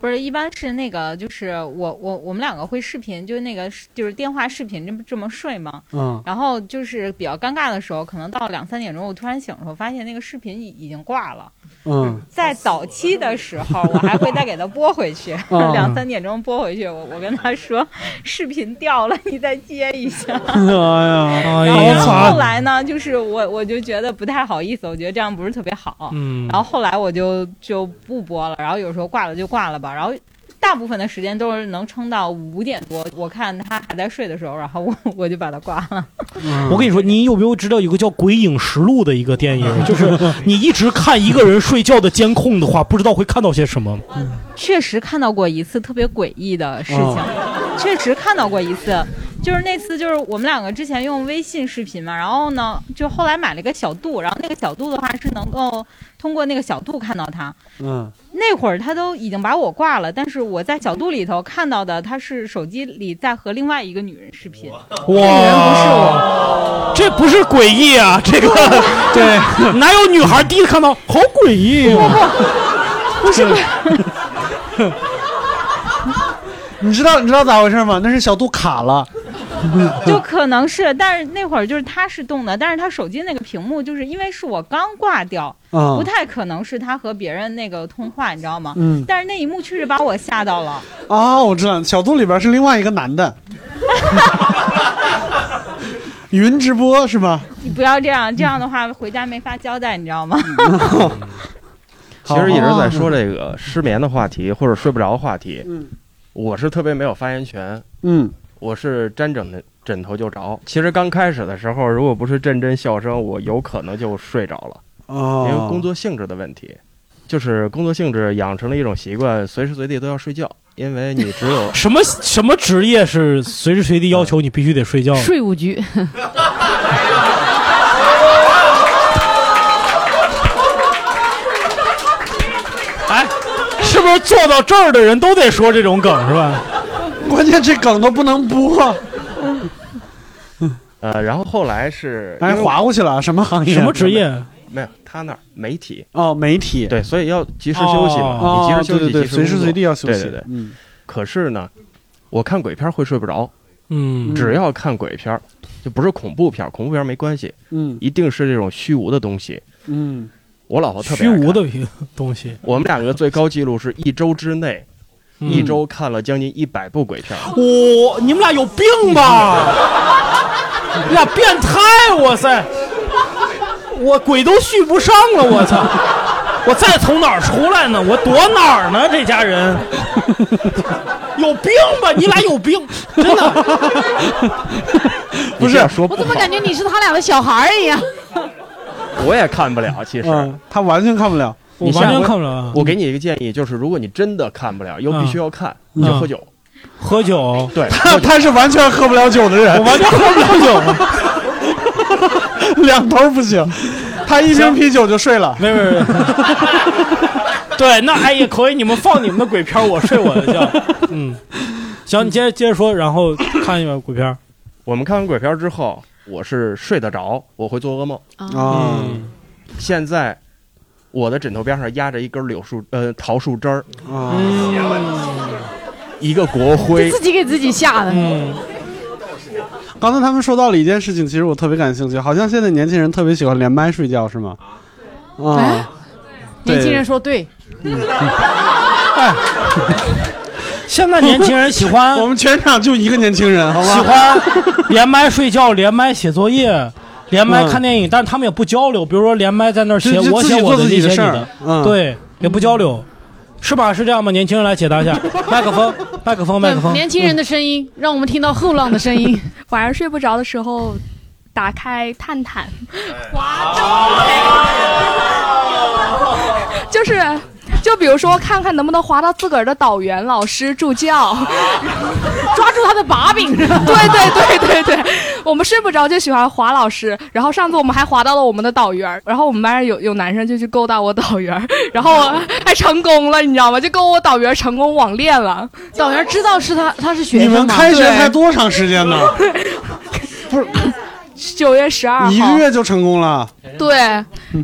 不是，一般是那个，就是我我我们两个会视频，就是那个就是电话视频这么这么睡嘛。嗯然后就是比较尴尬的时候，可能到两三点钟，我突然醒的时候，发现那个视频已已经挂了。 嗯，在早期的时候，我还会再给他拨回去，哦嗯 两三点钟拨回去，我我跟他说视频掉了，你再接一 下。哎呀，哎然后呀后来呢，就是我我就觉得不太好意思，我觉得这样不是特别好。嗯然后后来我就就不播了，然后有时候挂了就挂了吧，然后。大部分的时间都是能撑到五点多，我看他还在睡的时候，然后我 我就把他挂了。我跟你说，你有没有知道有个叫《鬼影实录》的一个电影？就是你一直看一个人睡觉的监控的话，不知道会看到些什么。确实看到过一次特别诡异的事情，确实看到过一次，就是那次就是我们两个之前用微信视频嘛，然后呢，就后来买了一个小度，然后那个小度的话是能够通过那个小度看到他。嗯那会儿他都已经把我挂了，但是我在小度里头看到的他是手机里在和另外一个女人视频，哇，这不是诡异啊，这个对，哪有女孩第一次看到好诡异、啊？不是不是，你知道你知道咋回事吗？那是小度卡了。就可能是，但是那会儿就是他是动的，但是他手机那个屏幕就是因为是我刚挂掉，嗯不太可能是他和别人那个通话，你知道吗？嗯但是那一幕确实把我吓到了。啊，我知道，小度里边是另外一个男 的，云直播是吧？你不要这样，这样的话回家没法交代，你知道吗？其实一直在说这个失眠的话题或者睡不着的话题，哦嗯我是特别没有发言权，嗯，我是沾枕头枕头就着。其实刚开始的时候，如果不是阵阵笑声，我有可能就睡着了，因哦，为工作性质的问题，就是工作性质养成了一种习惯，随时随地都要睡觉，因为你 只有 什么什么职业是随时随地要求你必须得睡觉？税务局， 哎，是不是做到这儿的人都得说这种梗是吧？关键这梗都不能播，呃，然后后来是因哎，为划过去了，什么行业？什么职业？没有他那儿媒体，哦，媒体。对，所以要及时休息嘛，哦你及时休息，对对对及时随时工作随地要休息对对对，嗯，可是呢，我看鬼片会睡不着，嗯只要看鬼片，就不是恐怖片，恐怖片没关系，嗯一定是这种虚无的东西。嗯，我老婆特别虚爱看无的一个东西。我们两个最高记录是一周之内，嗯一周看了将近一百部鬼片。哇、你们俩有病吧？你俩变态！哇塞，我鬼都续不上了，我操！我再从哪儿出来呢？我躲哪儿呢？这家人有病吧？你俩有病，真的。不是说我不怎么好，感觉你是他俩的小孩儿 一样？ 我也看不了。其实，嗯，他完全看不了。我你下完全回看不了啊。我给你一个建议，就是如果你真的看不了，又必须要看，嗯你就喝酒。喝酒，对，他他是完全喝不了酒的我人，完全喝不了酒。两头不行。他一瓶啤酒就睡了。没没 没。对，那哎也可以，你们放你们的鬼片儿，我睡我的觉。嗯，行，你接着接着说，然后看一遍鬼片儿。 我们看完鬼片之后，我是睡得着，我会做噩梦。嗯啊，现在我的枕头边上压着一根柳树，呃，桃树枝儿，啊，一个国嗯徽自。己给自己吓的。嗯，刚才他们说到了一件事情，其实我特别感兴趣，好像现在年轻人特别喜欢连麦睡觉，是吗？哎啊，年轻人说对，现在年轻人喜欢我们全场就一个年轻人，好喜吧？欢连麦睡觉，连麦写作业，连嗯麦看电影，但是他们也不交流。比如说连麦在那儿写就就我自己写我做自你己写的你事的儿，嗯对，也不交流，是吧？是这样吗？年轻人来解答一下，麦克风，麦克风，麦克嗯风。嗯年轻人的声音让我们听到后浪的声 音。晚上睡不着的时候，打哎开探探， 就是 就比如说看看能不能划到自个儿的导员老师助教， 抓住他的把柄。 对对对对对，我们睡不着就喜欢划老师，然后上次我们还划到了我们的导员，然后我们班上有有男生就去勾搭我导员， 然后啊还成功了，你知道吗？就跟我导员成功网恋了。导员知道是他他是学你们开学才才多长时间呢？九月十二号，你一个月就成功了？对，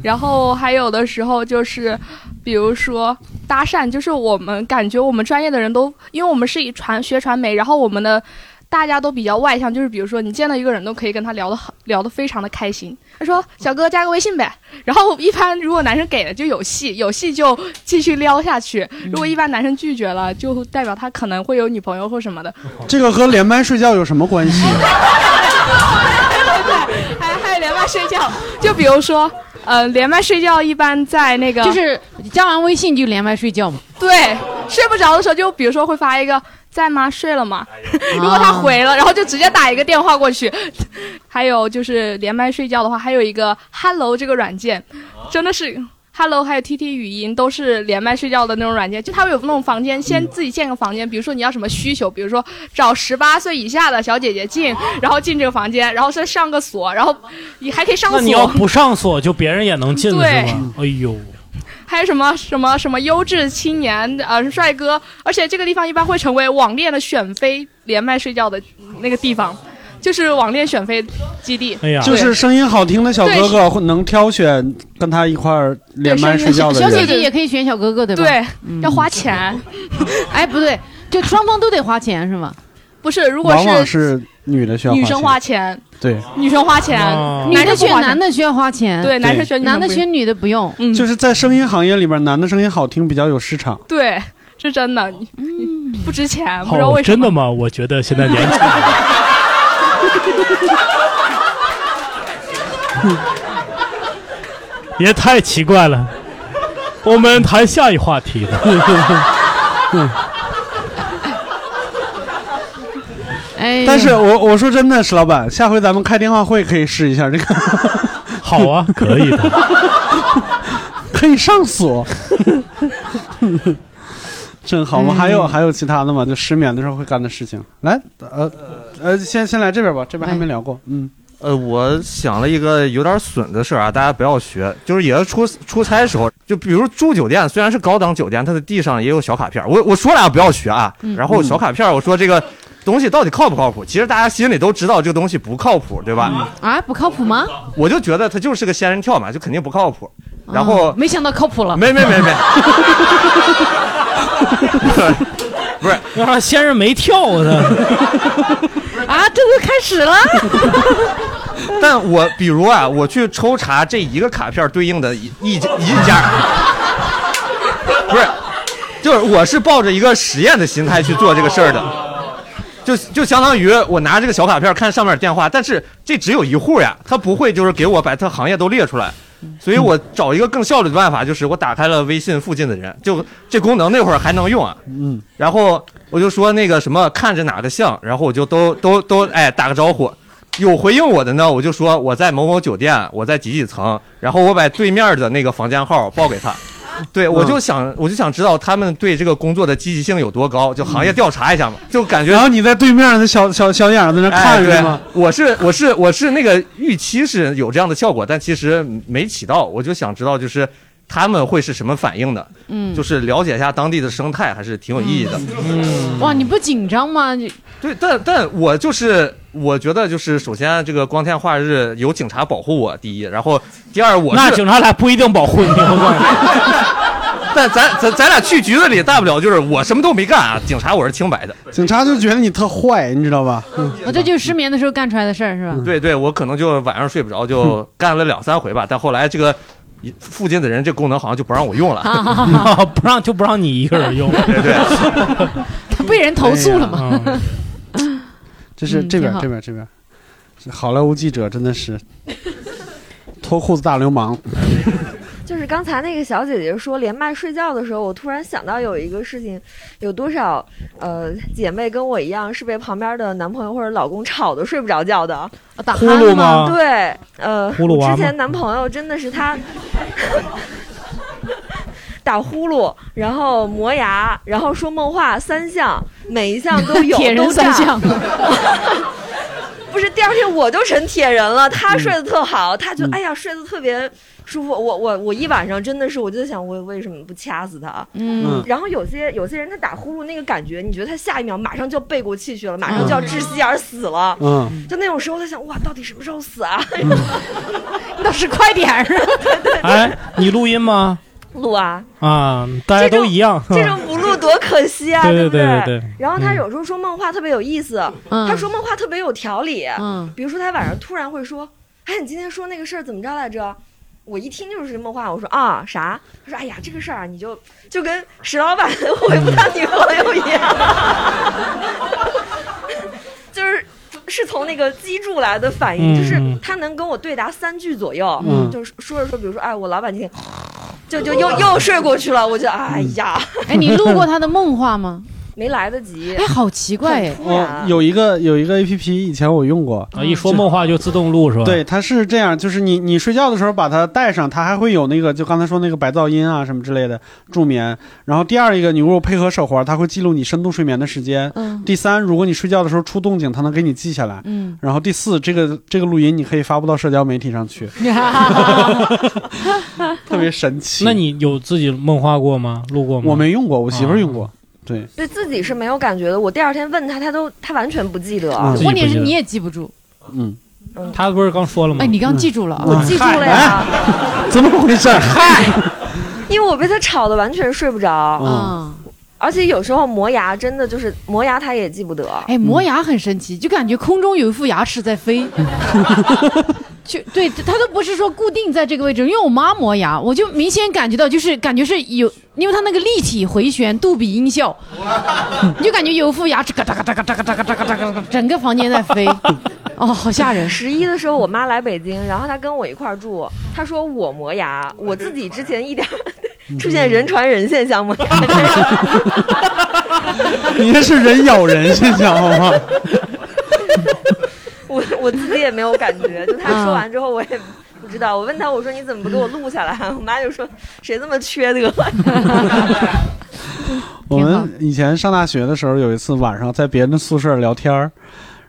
然后还有的时候就是，比如说搭讪，就是我们感觉我们专业的人都，因为我们是以传学传媒，然后我们的大家都比较外向，就是比如说你见到一个人都可以跟他聊的很，聊的非常的开心。他说：“小哥加个微信呗。”然后一般如果男生给了就有戏，有戏就继续撩下去；如果一般男生拒绝了，就代表他可能会有女朋友或什么的。这个和连麦睡觉有什么关 系？还还有连麦睡觉，就比如说，呃，连麦睡觉一般在那个，就是加完微信就连麦睡觉嘛。对，睡不着的时候就比如说会发一个在吗？睡了吗？如果他回了，然后就直接打一个电话过去。 还有就是连麦睡觉的话，还有一个 Hello 这个软件，啊真的是。Hello，还有 TT 语音都是连麦睡觉的那种软件，就它会有那种房间，先自己建个房间，比如说你要什么需求，比如说找十八岁以下的小姐姐进，然后进这个房间，然后再上个锁，然后你还可以上那锁。你要不上锁，就别人也能进对是吗？哎 呦，还有什么什么什么优质青年呃帅哥，而且这个地方一般会成为网恋的选妃连麦睡觉的那个地方，就是网恋选妃基地。哎就是声音好听的小哥哥会能挑选跟他一块儿连麦睡觉的小人。姐姐也可以选小哥哥，对吧？嗯对，要花钱。 哎，不对，就双方都得花钱是吗？不是，如果往往是女的需要女生花花钱，钱，对，女生花钱，女男的生不选花男钱。的需要花钱，对男生对选女男生的不选女的不用，嗯就是在声音行业里边，男的声音好听比较有市场。对，是真的，你你不值钱，不知道好，为什哦真么。的吗？我觉得现在年轻， 也太奇怪了。我们谈下一话题吧。 哎，但是我我说真的，石老板，下回咱们开电话会可以试一下这个。 好啊， 可以的， 可以上锁。 真好，我们嗯还有还有其他的吗？就失眠的时候会干的事情。来，呃呃，先先来这边吧，这边还没聊哎过。嗯，呃，我想了一个有点损的事儿啊，大家不要学，就是也是出出差时候，就比如住酒店，虽然是高档酒店，它的地上也有小卡片儿。我我说俩不要学啊嗯，然后小卡片儿，我说这个东西到底靠不靠谱？其实大家心里都知道这个东西不靠谱，对吧？啊，不靠谱吗？我就觉得它就是个仙人跳嘛，就肯定不靠谱。然后啊没想到靠谱了，没没 没没， 不是，要让先生没跳我的。 啊，这就开始了。 但我比如啊，我去抽查这一个卡片对应的一一家一家，不是，就是我是抱着一个实验的心态去做这个事儿的，就就相当于我拿这个小卡片看上面电话，但是这只有一户呀，他不会就是给我把他行业都列出来。所以我找一个更效率的办法，就是我打开了微信附近的人，就这功能那会儿还能用啊。嗯，然后我就说那个什么看着哪个像，然后我就都都都哎打个招呼，有回应我的呢，我就说我在某某酒店，我在几几层，然后我把对面的那个房间号报给他。对，我就想，我就想知道他们对这个工作的积极性有多高，就行业调查一下嘛，就感觉。然后你在对面的小小小眼儿在那看着哎、是对吗？，我是我是我是那个预期是有这样的效果，但其实没起到。我就想知道，就是他们会是什么反应的，嗯就是了解一下当地的生态，还是挺有意义的。嗯，哇，你不紧张吗？你对，但但我就是我觉得就是首先这个光天化日有警察保护我，第一，然后第二我是那警察俩不一定保护 你，我告诉你。 但咱咱咱俩去局子里，大不了就是我什么都没干啊，警察我是清白的。警察就觉得你特坏，你知道吧？嗯，啊，这就是失眠的时候干出来的事儿是吧？对对，我可能就晚上睡不着，嗯就干了两三回吧。但后来这个一附近的人这功能好像就不让我用了。啊 不让就不让你一个人用。对对，他被人 投诉了哎嘛？这嗯是嗯这边挺好这边这边，这好莱坞记者真的是脱裤子大流氓。就是刚才那个小姐姐说连麦睡觉的时候，我突然想到有一个事情，有多少呃姐妹跟我一样是被旁边的男朋友或者老公吵得睡不着觉的？啊打呼噜鼾吗吗对，呃，呼噜我啊娃吗之前男朋友真的是他，打呼噜，然后磨牙，然后说梦话，三项，每一项都有， 铁人都占三项。 不是，第二天我就成铁人了。嗯他睡得特好，他就哎呀睡得特别舒服。我我我一晚上真的是，我就在想我为什么不掐死他？啊嗯然后有些有些人他打呼噜那个感觉，你觉得他下一秒马上就要背过气去了，马上嗯就要窒息而死了。嗯就那种时候，他想哇，到底什么时候死啊？你 倒是快点儿。哎，你录音吗？ 录啊，啊，大家都一样。 这种不录多可惜啊，对不对对对对然后他有时候说梦话特别有意思，嗯他说梦话特别有条理。嗯比如说他晚上突然会说：“哎，你今天说那个事儿怎么着来着？”我一听就是梦话，我说啊啥？他说：“哎呀，这个事儿啊，你就就跟石老板回复他女朋友一样， 就是是从那个脊柱来的反嗯应，就是他能跟我对答三句左右，嗯就是说着说，比如说哎，我老板今天就就又又睡过去了，我就 哎嗯呀， 哎，你录过他的梦话吗？没来得及，哎，好奇怪哎。哦，有一个有一个 A P P，以前我用过啊，一说梦话就自动录是吧？对，它是这样，就是你你睡觉的时候把它带上，它还会有那个就刚才说那个白噪音啊什么之类的助眠。然后第二一个，你如果配合手环，它会记录你深度睡眠的时间。嗯第三，如果你睡觉的时候出动静，它能给你记下来。嗯然后第四，这个这个录音你可以发布到社交媒体上 去，特别神奇。那你有自己梦话过吗？录过吗？啊我没用过，我媳妇儿用过。对，对自己是没有感觉的。我第二天问他，他都他完全不记得。嗯自己不关键记是得你也记不住。嗯，他不是刚说了吗？哎，你刚记住了啊？嗯哎我记住了呀，怎么回事？嗨，因为我被他吵得完全睡不着。嗯，而且有时候磨牙真的就是磨牙，他也记不得。哎，磨牙很神奇，就感觉空中有一副牙齿在飞。 就对，它都不是说固定在这个位置，因为我妈磨牙，我就明显感觉到，就是感觉是有，因为它那个立体回旋、杜比音 效，你就感觉有一副牙齿嘎哒嘎哒嘎哒嘎哒嘎哒嘎哒嘎哒，整个房间在飞。哦，好吓人！十一的时候，我妈来北京，然后她跟我一块儿住，她说我磨牙，我自己之前一点儿 出现人传人现象磨牙。你这是人咬人现象好吗？我我自己也没有感觉，就他说完之后我也不知道。我问他，我说你怎么不给我录下来啊？我妈就说谁这么缺德？啊 我们以前上大学的时候，有一次晚上在别人的宿舍聊天儿，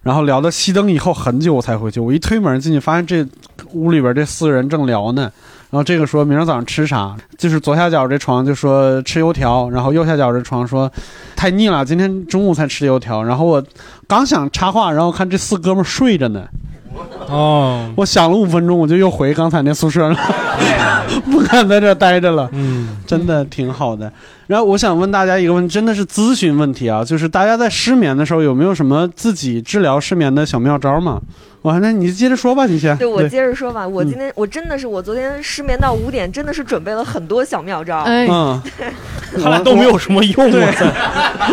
然后聊到熄灯以后很久我才回去。我一推门进去，发现这屋里边这四个人正聊呢。然后这个说明儿早上吃啥，就是左下角这床就说吃油条，然后右下角这床说太腻了，今天中午才吃油条。然后我刚想插话，然后看这四哥们儿睡着呢。哦，我想了五分钟，我就又回刚才那宿舍了， 不敢在这儿待着了。嗯，真的挺好的。然后我想问大家一个问题，真的是咨询问题啊，就是大家在失眠的时候有没有什么自己治疗失眠的小妙招吗？哇，那你接着说吧，你先。对，我接着说吧。我嗯今天我真的是，我昨天失眠到五点，真的是准备了很多小妙招。哎嗯 看来都没有什么用啊对我操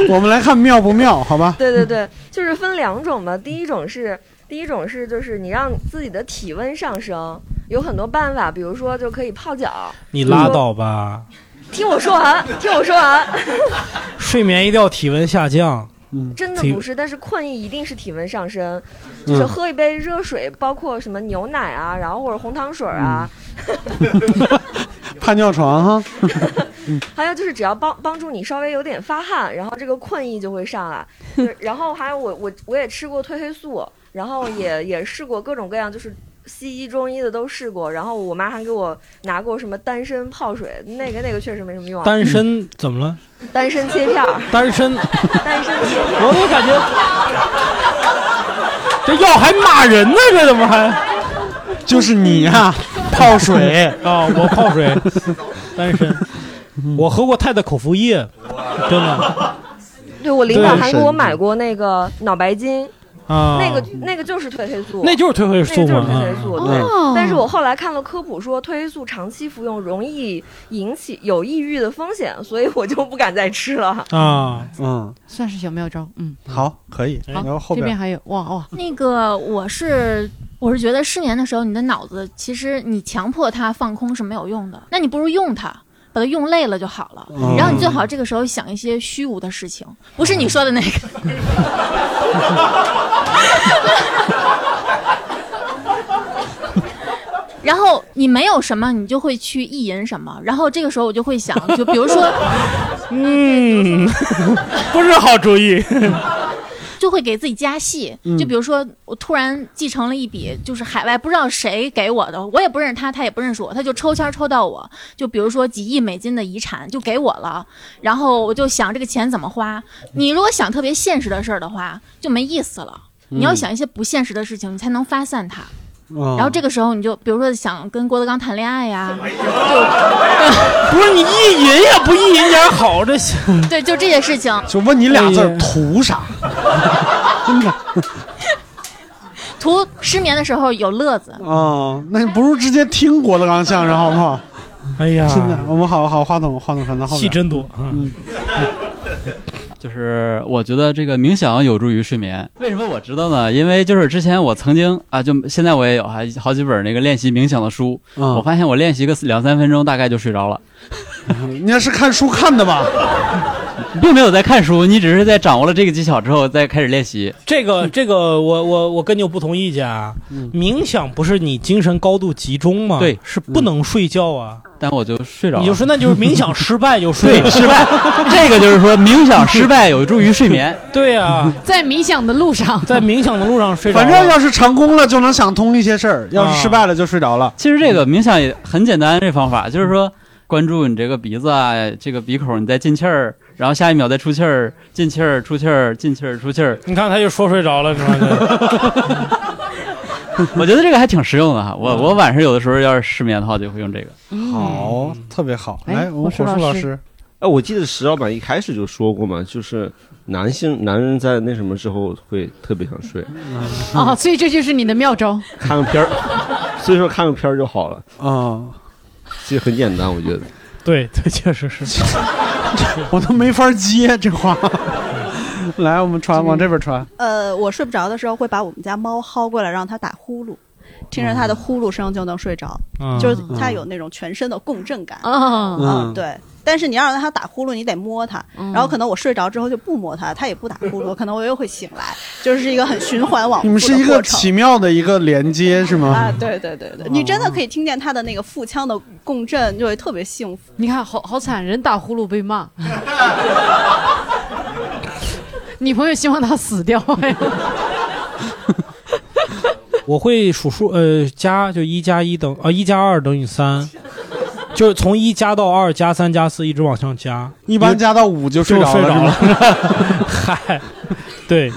我们来看妙不妙，好吧？ 对对对，就是分两种吧。第一种是，第一种是就是你让自己的体温上升，有很多办法，比如说就可以泡脚。你拉比如说。倒吧，听我说完，听我说完，睡眠一定要体温下降。嗯真的体不是，但是困意一定是体温上升，就是嗯喝一杯热水，包括什么牛奶啊，然后或者红糖水嗯啊， 怕尿床哈。还有就是只要帮帮助你稍微有点发汗，然后这个困意就会上来。就是 然后还有我我我也吃过褪黑素，然后也也试过各种各样，就是西医中医的都试过。然后我妈还给我拿过什么丹参泡水，那个那个确实没什么用、啊。单身怎么了？丹参切片儿，单身，丹参切片儿。我都感觉这药还骂人呢，这怎么还？就是你呀、泡水 啊，我泡 水，单身。嗯我喝过太太口服液，真的对我领导对还给我买过那个脑白金。啊。那个那个就是褪黑素，那就是褪黑素那个嘛就是褪黑素。啊对，哦但是我后来看了科普说，褪黑素长期服用容易引起有抑郁的风险，所以我就不敢再吃了。啊，哎嗯，算是小妙招，嗯。好，可以。好然后后这边边还有哇哇，那个我是我是觉得失眠的时候，你的脑子其实你强迫它放空是没有用的，那你不如用它。把它用累了就好了，嗯然后你最好这个时候想一些虚无的事情，不是你说的那个。然后你没有什么，你就会去意淫什么。然后这个时候我就会想，就比如说，嗯，不是好主意。就会给自己加戏。嗯就比如说，我突然继承了一笔，就是海外不知道谁给我的，我也不认识他，他也不认识我，他就抽签抽到我，就比如说几亿美金的遗产就给我了。然后我就想这个钱怎么花。你如果想特别现实的事儿的话，就没意思了。嗯你要想一些不现实的事情，你才能发散它。然后这个个时候你就，比如说想跟郭德纲谈恋爱呀、不是你意淫也不意淫点好，这行。对，就 这些事情。就问你俩字儿，图啥？真的图失眠的时候有乐子，啊，那你不如直接听郭德纲相声好不好？ 哎呀真的，我们好好话筒话筒传到后面，戏真多。啊嗯，就是我觉得这个冥想有助于睡眠。为什么我知道呢？因为就是之前我曾经啊，就现在我也有还好几本那个练习冥想的书，嗯我发现我练习个两三分钟大概就睡着了。 你那是看书看的吧？ 并没有在看书，你只是在掌握了这个技巧之后再开始练习。这个这个，我我我跟你有不同意见啊。冥想不是你精神高度集中吗？嗯对嗯是不能睡觉啊。但我就睡着了。你就说那就是冥想失败就睡对失 败这个就是说冥想失败有助于睡眠。对啊，在冥想的路上，在冥想的路上睡反正要是成功了就能想通一些事啊儿，要是失败了就睡着了。其实这个冥想也很简单，这方法就是说关注你这个鼻子啊，这个鼻孔，你再进气儿，然后下一秒再出气儿，进气儿出气儿，进气儿出气儿。你看他就说睡着 了，你看。我觉得这个还挺实用的哈。我我晚上有的时候要是失眠的话，就会用这嗯个。好，特别好。哎来，我们火火树树老老师师，哎，我记得石老板一开始就说过嘛，就是男性男人在那什么之后会特别想睡，嗯啊，所以这就是你的妙招。看个 片儿，所以说看个片儿就好了啊，其实很简单，我觉得。对对，确实是。 我都没法接 这话。来，我们传往这边传。呃，我睡不着的时候会把我们家猫薅过来，让它打呼噜，听着它的呼噜声就能睡着，嗯就是它有那种全身的共振感。啊嗯嗯，对。但是你要让它打呼噜，你得摸它，嗯然后可能我睡着之后就不摸它，它也不打呼噜，可能我又会醒来，就是一个很循环往复你的们过是程。一个奇妙的一个连接，是啊吗？，对对对对，你真的可以听见它的那个腹腔的共振，就会特别幸福。你看，好好惨，人打呼噜被骂。你朋友希望他死掉呀？ 我会数数，呃，加就一加一等啊，一加二等于三，就是从一加到二，加三加四，一直往上加。一般加到五就睡就着睡了，着了 是吗？嗨，对，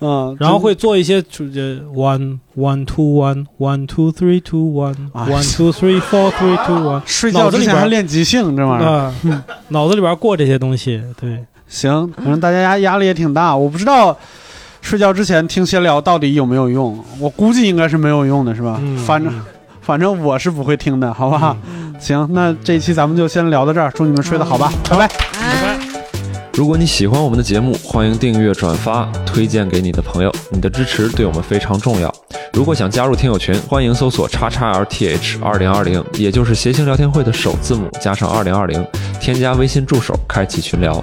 嗯，然后会做一些就呃 one one two one one two three two one one two three four three two one，哎睡觉之前还练即兴这玩意儿啊。嗯脑子里边过这些东西，对，行，反正大家压压力也挺大，我不知道睡觉之前听闲聊到底有没有用，我估计应该是没有用的，是吧？嗯反正 反正我是不会听的，好不好？行，那这一期咱们就先聊到这儿，祝你们睡得好嗯吧，拜拜。如果你喜欢我们的节目，欢迎订阅、转发、推荐给你的朋友，你的支持对我们非常重要。如果想加入听友群，欢迎搜索叉叉 LTH 二零二零，也就是谐星聊天会的首字母加上二零二零，添加微信助手，开启群聊。